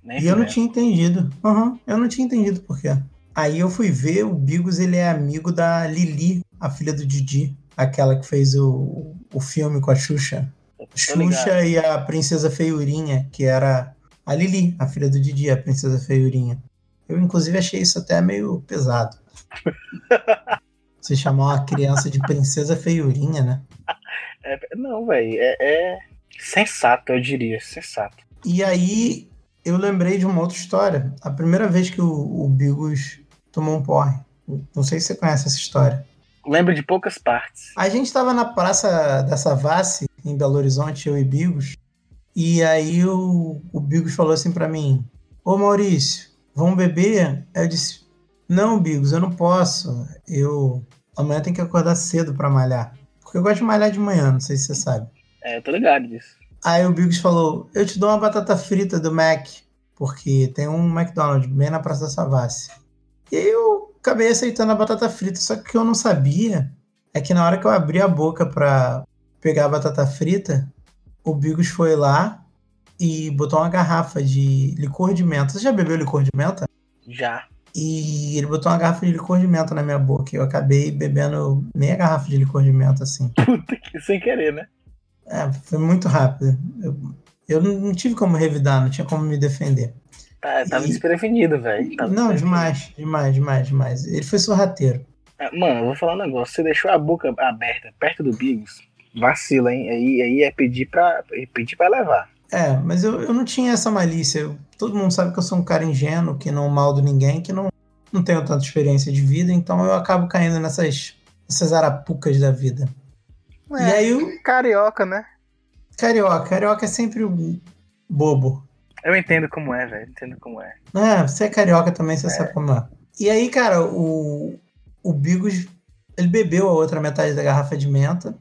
S4: Né,
S2: E eu não
S4: velho?
S2: tinha entendido. Aham, eu não tinha entendido por quê. Aí eu fui ver, o Bigos ele é amigo da Lili, a filha do Didi, aquela que fez o, o filme com a Xuxa.
S4: Eu tô ligado.
S2: Xuxa e a Princesa Feiurinha, que era a Lili, a filha do Didi, a Princesa Feiurinha. Eu, inclusive, achei isso até meio pesado. Você chamar uma criança de Princesa Feiurinha, né?
S4: É, não, velho. É, é sensato, eu diria. Sensato.
S2: E aí eu lembrei de uma outra história. A primeira vez que o, o Bigos tomou um porre. Não sei se você conhece essa história.
S4: Lembro de poucas partes.
S2: A gente estava na Praça da Savassi, em Belo Horizonte, eu e Bigos. E aí o, o Bigos falou assim para mim: Ô Maurício, vamos beber? Aí eu disse: Não, Bigos, eu não posso. Eu amanhã tem que acordar cedo para malhar. Porque eu gosto de malhar de manhã, não sei se você sabe.
S4: É, eu tô ligado disso.
S2: Aí o Biggs falou: Eu te dou uma batata frita do Mac, porque tem um McDonald's bem na Praça da Savassi. E aí eu acabei aceitando a batata frita, só que o que eu não sabia é que na hora que eu abri a boca pra pegar a batata frita, o Bigos foi lá e botou uma garrafa de licor de menta. Você já bebeu licor de menta?
S4: Já.
S2: E ele botou uma garrafa de licor de menta na minha boca. E eu acabei bebendo meia garrafa de licor de menta, assim.
S4: Puta que sem querer, né?
S2: É, foi muito rápido. Eu, eu não não tive como revidar, não tinha como me defender.
S4: Tá, tava
S2: E-
S4: desprevenido, velho. Tava
S2: Não,
S4: desprevenido.
S2: demais, demais, demais, demais. Ele foi sorrateiro.
S4: Ah, Mano, eu vou falar um negócio. Você deixou a boca aberta perto do Bigos, vacila, hein? Aí, aí é pedir pra, é pedir pra levar.
S2: É, mas eu, eu não tinha essa malícia. Eu- todo mundo sabe que eu sou um cara ingênuo, que não maldo ninguém, que não, não tenho tanta experiência de vida, então eu acabo caindo nessas, nessas arapucas da vida. e aí, o
S4: Carioca, né?
S2: carioca. Carioca é sempre um bobo.
S4: Eu entendo como é, velho. Entendo como é.
S2: Ah, você é carioca também, você sabe como é. E aí, cara, o, o Bigos, ele bebeu a outra metade da garrafa de menta.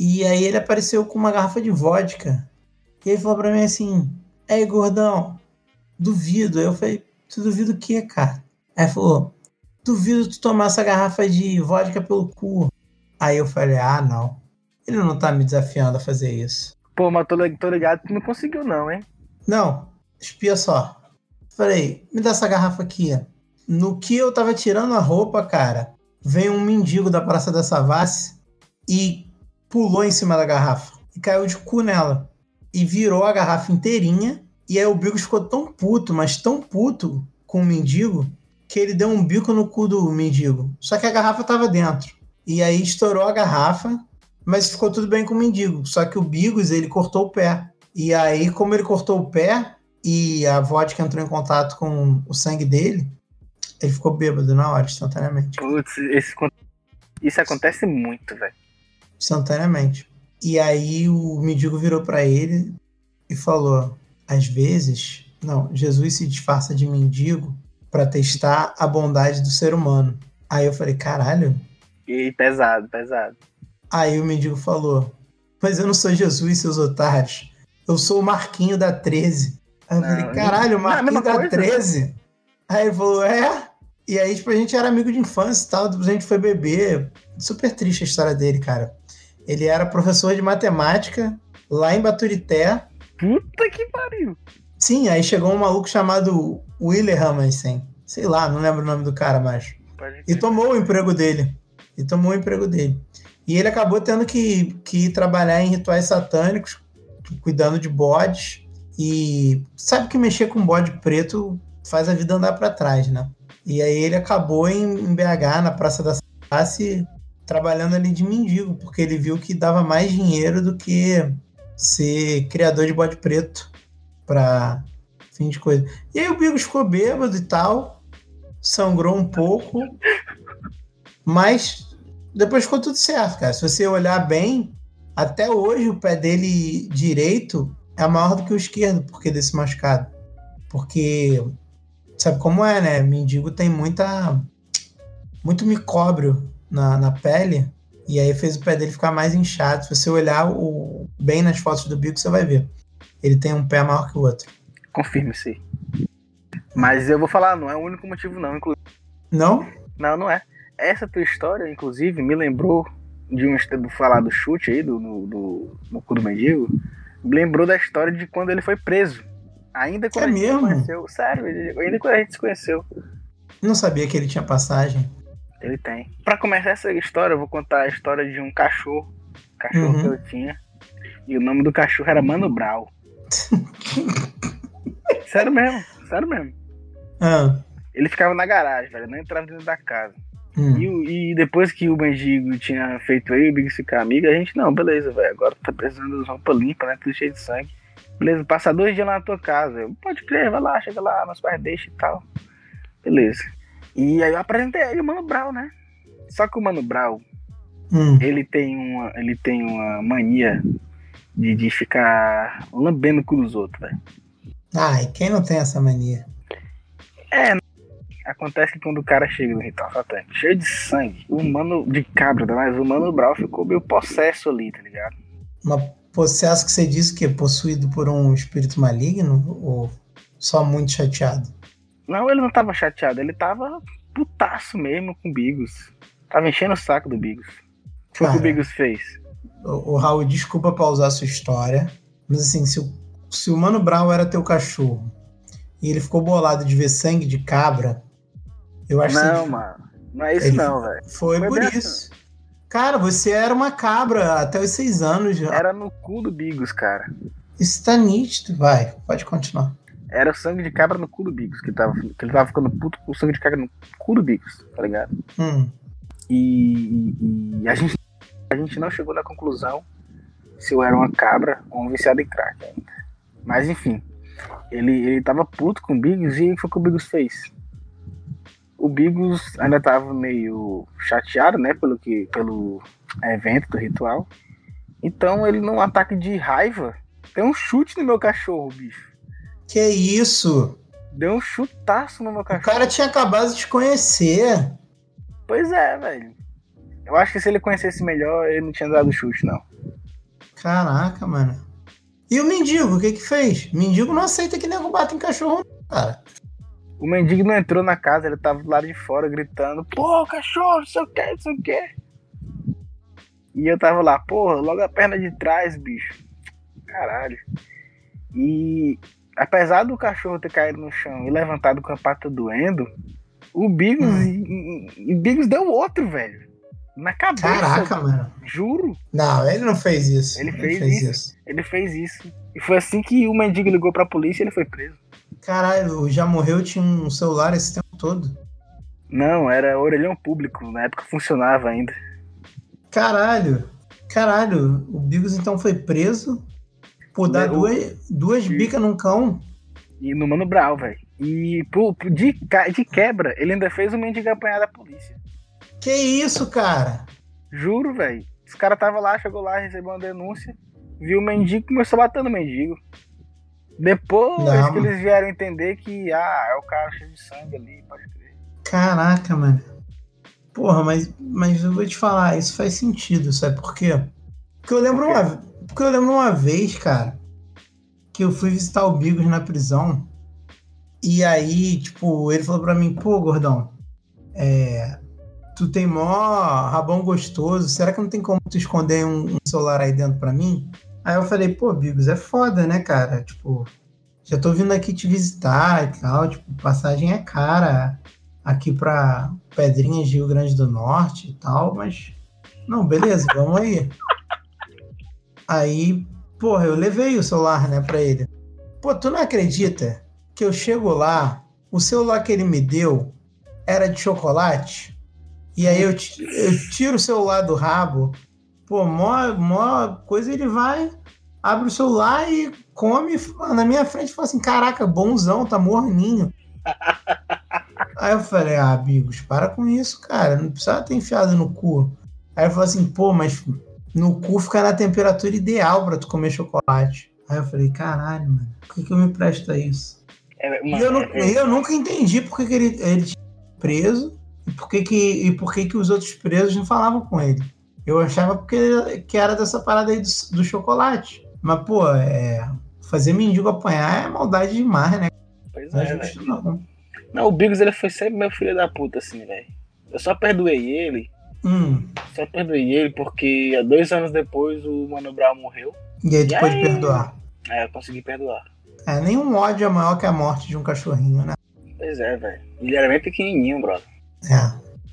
S2: E aí ele apareceu com uma garrafa de vodka. E ele falou pra mim assim, Ei, gordão, duvido. Aí eu falei, tu duvido o quê, cara? Aí ele falou, duvido tu tomar essa garrafa de vodka pelo cu. Aí eu falei, ah, não. Ele não tá me desafiando a fazer isso.
S4: Pô, mas tô, li- tô ligado que tu não conseguiu, não, hein?
S2: Não, espia só. Falei, me dá essa garrafa aqui. No que eu tava tirando a roupa, cara, veio um mendigo da Praça da Savassi e pulou em cima da garrafa. E caiu de cu nela. E virou a garrafa inteirinha. E aí o Bigos ficou tão puto, mas tão puto com o mendigo, que ele deu um bico no cu do mendigo. Só que a garrafa tava dentro. E aí estourou a garrafa, mas ficou tudo bem com o mendigo. Só que o Bigos, ele cortou o pé. E aí, como ele cortou o pé e a vodka entrou em contato com o sangue dele, ele ficou bêbado na hora, instantaneamente.
S4: Putz, esse con- isso acontece muito, velho.
S2: Instantaneamente. E aí o mendigo virou pra ele e falou: às vezes, não, Jesus se disfarça de mendigo pra testar a bondade do ser humano. Aí eu falei: caralho.
S4: E pesado, pesado.
S2: Aí o mendigo falou: mas eu não sou Jesus, seus otários. Eu sou o Marquinho da 13. Aí eu
S4: Não,
S2: falei: caralho, o
S4: não é a
S2: Marquinho
S4: mesma
S2: da
S4: coisa?
S2: 13? Aí ele falou: é. E aí, tipo, a gente era amigo de infância e tal, depois a gente foi beber. Super triste a história dele, cara. Ele era professor de matemática lá em Baturité
S4: Puta que pariu.
S2: Sim, aí chegou um maluco chamado Willer Hammersen. Sei lá, não lembro o nome do cara mais.
S4: Pode
S2: E
S4: crer.
S2: tomou o emprego dele. E tomou o emprego dele. E ele acabou tendo que, que ir trabalhar em rituais satânicos, cuidando de bodes. E sabe que mexer com bode preto faz a vida andar para trás, né? E aí ele acabou em, em BH, na Praça da Classe, trabalhando ali de mendigo, porque ele viu que dava mais dinheiro do que ser criador de bode preto para fim de coisa. E aí o Bigos ficou bêbado e tal, sangrou um pouco, mas depois ficou tudo certo, cara. Se você olhar bem, até hoje o pé dele direito é maior do que o esquerdo, porque desse machucado. Porque sabe como é, né? Mendigo tem muita muito micróbio na, na pele. E aí fez o pé dele ficar mais inchado. Se você olhar o, bem nas fotos do bico, você vai ver. Ele tem um pé maior que o outro.
S4: Confirma isso aí. Mas eu vou falar, não é o único motivo, não, inclusive.
S2: Não?
S4: Não, não é. Essa tua história, inclusive, me lembrou de um vou falar do chute aí, do, do, do, no cu do mendigo. Me lembrou da história de quando ele foi preso. Ainda quando
S2: É
S4: a gente
S2: mesmo?
S4: se conheceu. Sério, ele- ainda quando a gente se conheceu.
S2: Não sabia que ele tinha passagem.
S4: Ele tem. Pra começar essa história, eu vou contar a história de um cachorro. Cachorro
S2: Uhum.
S4: que eu tinha. E o nome do cachorro era Mano Brau. sério mesmo, sério mesmo.
S2: Ah,
S4: Ele ficava na garagem, velho. Não entrava dentro da casa.
S2: hum.
S4: E, o- e depois que o Bendigo tinha feito aí, o Big ficar amigo, a gente, não, beleza, velho. Agora tá precisando de roupa limpa, né? Tudo cheio de sangue. Beleza, passa dois dias lá na tua casa. Eu, Pode crer, vai lá, chega lá, meus pais deixam e tal. Beleza. E aí eu apresentei ele, o Mano Brau, né? Só que o Mano Brau,
S2: hum.
S4: ele tem uma, ele tem uma mania de, de ficar lambendo o cu dos outros, velho.
S2: Ai, quem não tem essa mania?
S4: Acontece que quando o cara chega no ritual satânico, cheio de sangue, o mano de cabra, mas o mano Brau ficou meio possesso ali, tá ligado?
S2: Uma processo que você disse que é possuído por um espírito maligno? Ou só muito chateado?
S4: Não, ele não tava chateado, ele tava putaço mesmo com o Bigos. Tava enchendo o saco do Bigos. Foi o que
S2: Cara.
S4: o Bigos fez.
S2: O, o Raul, desculpa pausar a sua história, mas assim, se o, se o Mano Brown era teu cachorro e ele ficou bolado de ver sangue de cabra, eu acho
S4: Não,
S2: que
S4: mano. Não é isso
S2: Ele-
S4: não, velho.
S2: foi,
S4: foi assim.
S2: por
S4: dessa.
S2: isso. Cara, você era uma cabra até os seis anos. já.
S4: Era no cu do Bigos, cara.
S2: Isso tá nítido, vai, pode continuar.
S4: Era o sangue de cabra no cu do Bigos, que, tava, que ele tava ficando puto com o sangue de cabra no cu do Bigos, tá ligado?
S2: Hum,
S4: E, e- e a, gente, a gente não chegou na conclusão se eu era uma cabra ou um viciado em crack ainda. Mas enfim, ele, ele tava puto com o Bigos e foi o que o Bigos fez. O Bigos ainda tava meio chateado, né, pelo, que, pelo evento do ritual. Então ele, num ataque de raiva, deu um chute no meu cachorro, bicho.
S2: que isso?
S4: Deu um chutaço no meu
S2: O
S4: cachorro.
S2: cara tinha acabado de te conhecer.
S4: Pois é, velho. Eu acho que se ele conhecesse melhor, ele não tinha dado chute, não.
S2: Caraca, mano. E o mendigo, o que que fez? Mendigo não aceita que nego bata em cachorro, não, cara.
S4: O mendigo não entrou na casa, ele tava do lado de fora gritando: Pô, cachorro, não sei o que, não sei o que. E eu tava lá, porra, logo a perna de trás, bicho. Caralho. E apesar do cachorro ter caído no chão e levantado com a pata doendo, o Bigos,
S2: Hum.
S4: e, e- e Bigos deu outro, velho. Na cabeça,
S2: Caraca, mano.
S4: juro.
S2: Não, ele não fez isso.
S4: Ele fez isso. Ele fez isso. E foi assim que o mendigo ligou pra polícia e ele foi preso.
S2: Caralho, já morreu, tinha um celular esse tempo todo.
S4: Não, era orelhão público, na época funcionava ainda.
S2: Caralho, caralho, o Bigos então foi preso por dar
S4: Não.
S2: duas, duas
S4: Sim.
S2: bicas num cão.
S4: E no Mano Brown, velho. E pô, pô, de, ca- de quebra, ele ainda fez o mendigo apanhar da polícia.
S2: Que isso, cara?
S4: Juro, velho. Os caras tava lá, chegou lá, recebeu uma denúncia, viu o mendigo e começou batendo o mendigo. Depois
S2: Não,
S4: que
S2: mano.
S4: eles vieram entender que, ah, é o cara cheio de sangue ali, pode crer.
S2: Caraca, mano. Porra, mas, mas eu vou te falar, isso faz sentido, sabe por quê? Porque eu lembro,
S4: Por quê?
S2: Uma, porque eu lembro uma vez, cara, que eu fui visitar o Bigos na prisão. E aí, tipo, ele falou pra mim, pô, gordão, é, tu tem mó rabão gostoso, será que não tem como tu esconder um, um celular aí dentro pra mim? Aí eu falei, pô, Bigos, é foda, né, cara? Tipo, já tô vindo aqui te visitar e tal. Tipo, passagem é cara aqui pra Pedrinhas de Rio Grande do Norte e tal, mas. Não, beleza, vamos aí. Aí, porra, eu levei o celular, né, pra ele. Pô, tu não acredita que eu chego lá, o celular que ele me deu era de chocolate? E aí eu, ti- eu tiro o celular do rabo, pô, mó, mó coisa ele vai, abre o celular e come na minha frente e fala assim: caraca, bonzão, tá morninho. Aí eu falei, ah, amigos, para com isso, cara. Não precisava ter enfiado no cu. Aí eu falei assim, pô, mas no cu fica na temperatura ideal pra tu comer chocolate. Aí eu falei, caralho, mano, por que, que eu me presto a isso?
S4: É,
S2: E
S4: mano,
S2: eu, nu-
S4: é- é-
S2: eu nunca entendi por que, que ele, ele tinha preso e por, que, que, e por que, que os outros presos não falavam com ele. Eu achava porque, que era dessa parada aí do, do chocolate. Mas, pô, é, fazer mendigo apanhar é maldade demais, né?
S4: pois
S2: Não
S4: é,
S2: é
S4: velho.
S2: justo, não.
S4: Não, o Bigos ele foi sempre meu filho da puta, assim, velho. Eu só perdoei ele,
S2: Hum,
S4: só perdoei ele porque há dois anos depois o Mano Brown morreu.
S2: e aí tu
S4: E
S2: pode
S4: aí?
S2: perdoar.
S4: Aí eu consegui perdoar.
S2: É, nenhum ódio é maior que a morte de um cachorrinho, né?
S4: Pois é, velho. Ele era bem pequenininho, brother.
S2: É.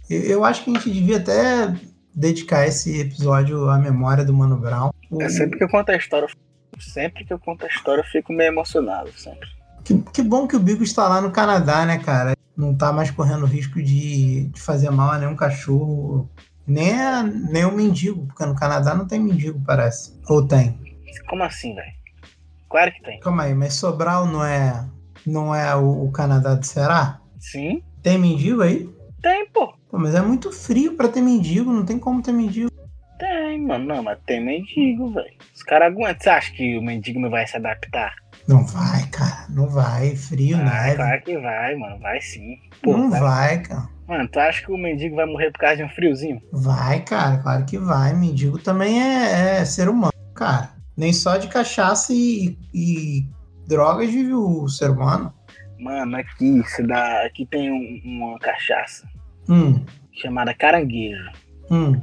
S2: Eu, eu acho que a gente devia até dedicar esse episódio à memória do Mano Brown. O-
S4: É sempre que eu conto a história, eu fico- sempre que eu conto a história, eu fico meio emocionado, sempre.
S2: que, que bom que o Bigo está lá no Canadá, né, cara? Não tá mais correndo risco de, de fazer mal a nenhum cachorro, nem a nenhum mendigo, porque no Canadá não tem mendigo, parece. Ou tem.
S4: Como assim, velho? Claro que tem.
S2: Calma aí, mas Sobral não é não é o, o Canadá do Ceará?
S4: Sim,
S2: Tem mendigo aí?
S4: tem, pô.
S2: Pô, mas é muito frio pra ter mendigo, não tem como ter mendigo.
S4: Tem, mano. Não, mas tem mendigo, velho. Os caras aguentam. Você acha que o mendigo não vai se adaptar?
S2: Não vai, cara. Não vai. Frio,
S4: Ah,
S2: neve.
S4: claro que vai, mano. Vai sim. Pô,
S2: não
S4: tá-
S2: vai, cara.
S4: Mano, tu acha que o mendigo vai morrer por causa de um friozinho?
S2: Vai, cara. Claro que vai. Mendigo também é, é ser humano, cara. Nem só de cachaça e, e drogas vive o ser humano.
S4: Mano, aqui se dá. Aqui tem um- uma cachaça
S2: Hum,
S4: chamada caranguejo.
S2: hum.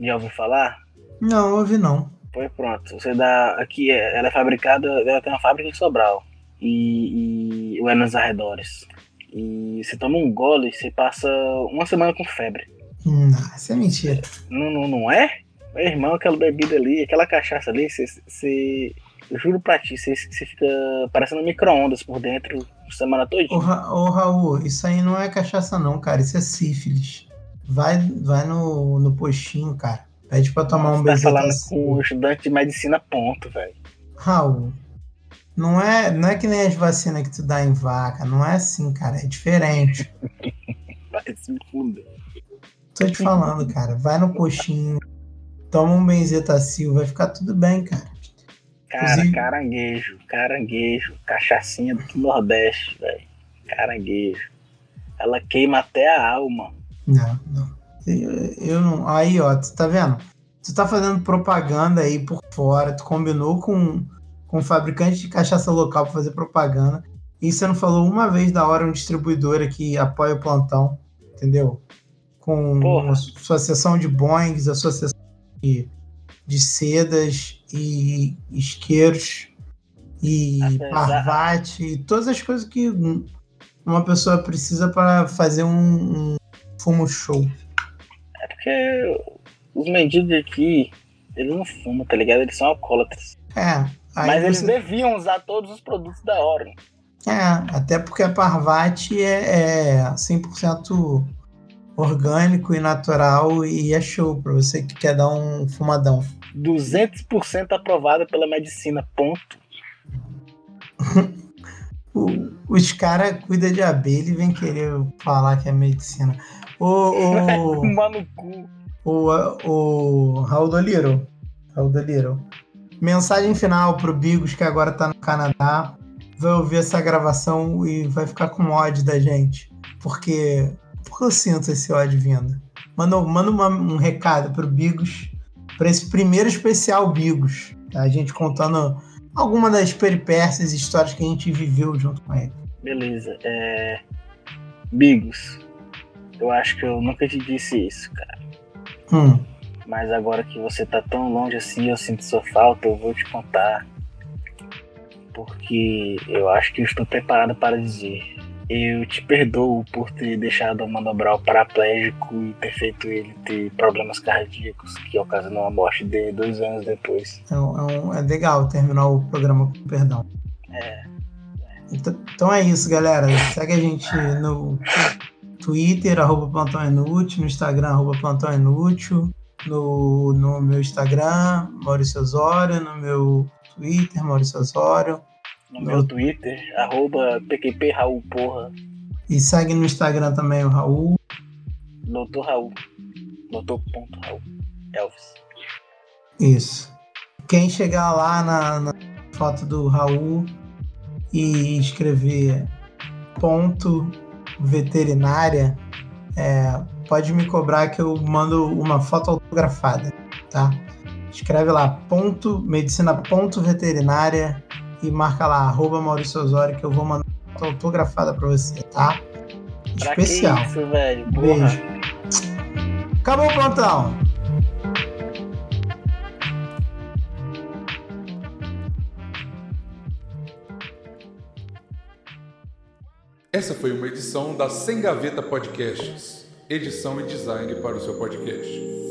S4: Já ouviu falar?
S2: Não, ouvi não.
S4: Pois pronto. Você dá. Aqui é- ela é fabricada, ela tem uma fábrica em Sobral. E, e ou é nos arredores. E você toma um gole e você passa uma semana com febre.
S2: Hum, não, isso é mentira.
S4: Não, não, não é? Meu irmão, aquela bebida ali, aquela cachaça ali, você- você. Eu juro pra ti, você você fica parecendo um micro-ondas por dentro a semana toda.
S2: Ô, Ra- ô, Raul, isso aí não é cachaça não, cara. Isso é sífilis. Vai, vai no, no postinho, cara. Pede pra tomar um
S4: Tá
S2: beijo
S4: falando com o estudante de medicina, ponto, velho.
S2: Raul, não é, não é que nem as vacinas que tu dá em vaca, não é assim, cara, é diferente.
S4: Vai se fuder.
S2: Tô te falando, cara, vai no coxinho, toma um benzetacil, vai ficar tudo bem, cara.
S4: Cara,
S2: Inclusive-
S4: caranguejo, caranguejo, cachaçinha do Nordeste, velho. Caranguejo. Ela queima até a alma.
S2: Não, não. Eu, eu não. Aí, ó, tu tá vendo? Tu tá fazendo propaganda aí por fora, tu combinou com, com um fabricante de cachaça local pra fazer propaganda. E você não falou uma vez da hora um distribuidora que apoia o plantão, entendeu? Com
S4: Porra.
S2: a sua seção de boings, a sua seção de, de sedas e isqueiros e
S4: Apesar-
S2: parvate, e todas as coisas que um- uma pessoa precisa para fazer um fumo show.
S4: É porque os mendigos aqui, eles não fumam, tá ligado? Eles são alcoólatras.
S2: É, aí
S4: Mas eles
S2: você-
S4: deviam usar todos os produtos da né? Orem.
S2: é, até porque a Parvati é, é 100% orgânico e natural e é show pra você que quer dar um fumadão.
S4: 200% aprovada pela medicina, ponto.
S2: O- os caras cuidam de abelha e vem querer falar que é medicina. Ô, ô,
S4: Fumar no cu.
S2: ô, ô, Raul Doliro, Raul Doliro, mensagem final pro Bigos que agora tá no Canadá, vai ouvir essa gravação e vai ficar com ódio da gente, porque, porque eu sinto esse ódio vindo. Manda, manda uma- um recado pro Bigos, pra esse primeiro especial Bigos, tá? a gente contando alguma das peripécias e histórias que a gente viveu junto com ele.
S4: Beleza, é. Bigos, eu acho que eu nunca te disse isso, cara.
S2: Hum,
S4: Mas agora que você tá tão longe assim, eu sinto sua falta, eu vou te contar. Porque eu acho que eu estou preparado para dizer. Eu te perdoo por ter deixado o Mandobral paraplégico e ter feito ele ter problemas cardíacos que ocasionou a morte dele dois anos depois.
S2: Então, é, um- é legal terminar o programa com perdão.
S4: É,
S2: Então, então é isso, galera. Segue a gente no Twitter, arroba Plantão Inútil, no Instagram, arroba Plantão Inútil, no, no meu Instagram, Maurício Osório, no meu Twitter, Maurício Osório.
S4: no meu Twitter, arroba PQP Raul Porra,
S2: E segue no Instagram também o Raul.
S4: Doutor Raul. Doutor ponto Raul. Elvis.
S2: Isso. Quem chegar lá na, na foto do Raul e escrever ponto veterinária, é, pode me cobrar que eu mando uma foto autografada, tá? Escreve lá ponto medicina ponto veterinária e marca lá arroba Maurício Osório que eu vou mandar uma foto autografada pra você, tá?
S4: Pra
S2: Especial.
S4: que isso, velho? Porra.
S2: Beijo. Acabou o plantão.
S1: Essa foi uma edição da Sem Gaveta Podcasts, edição e design para o seu podcast.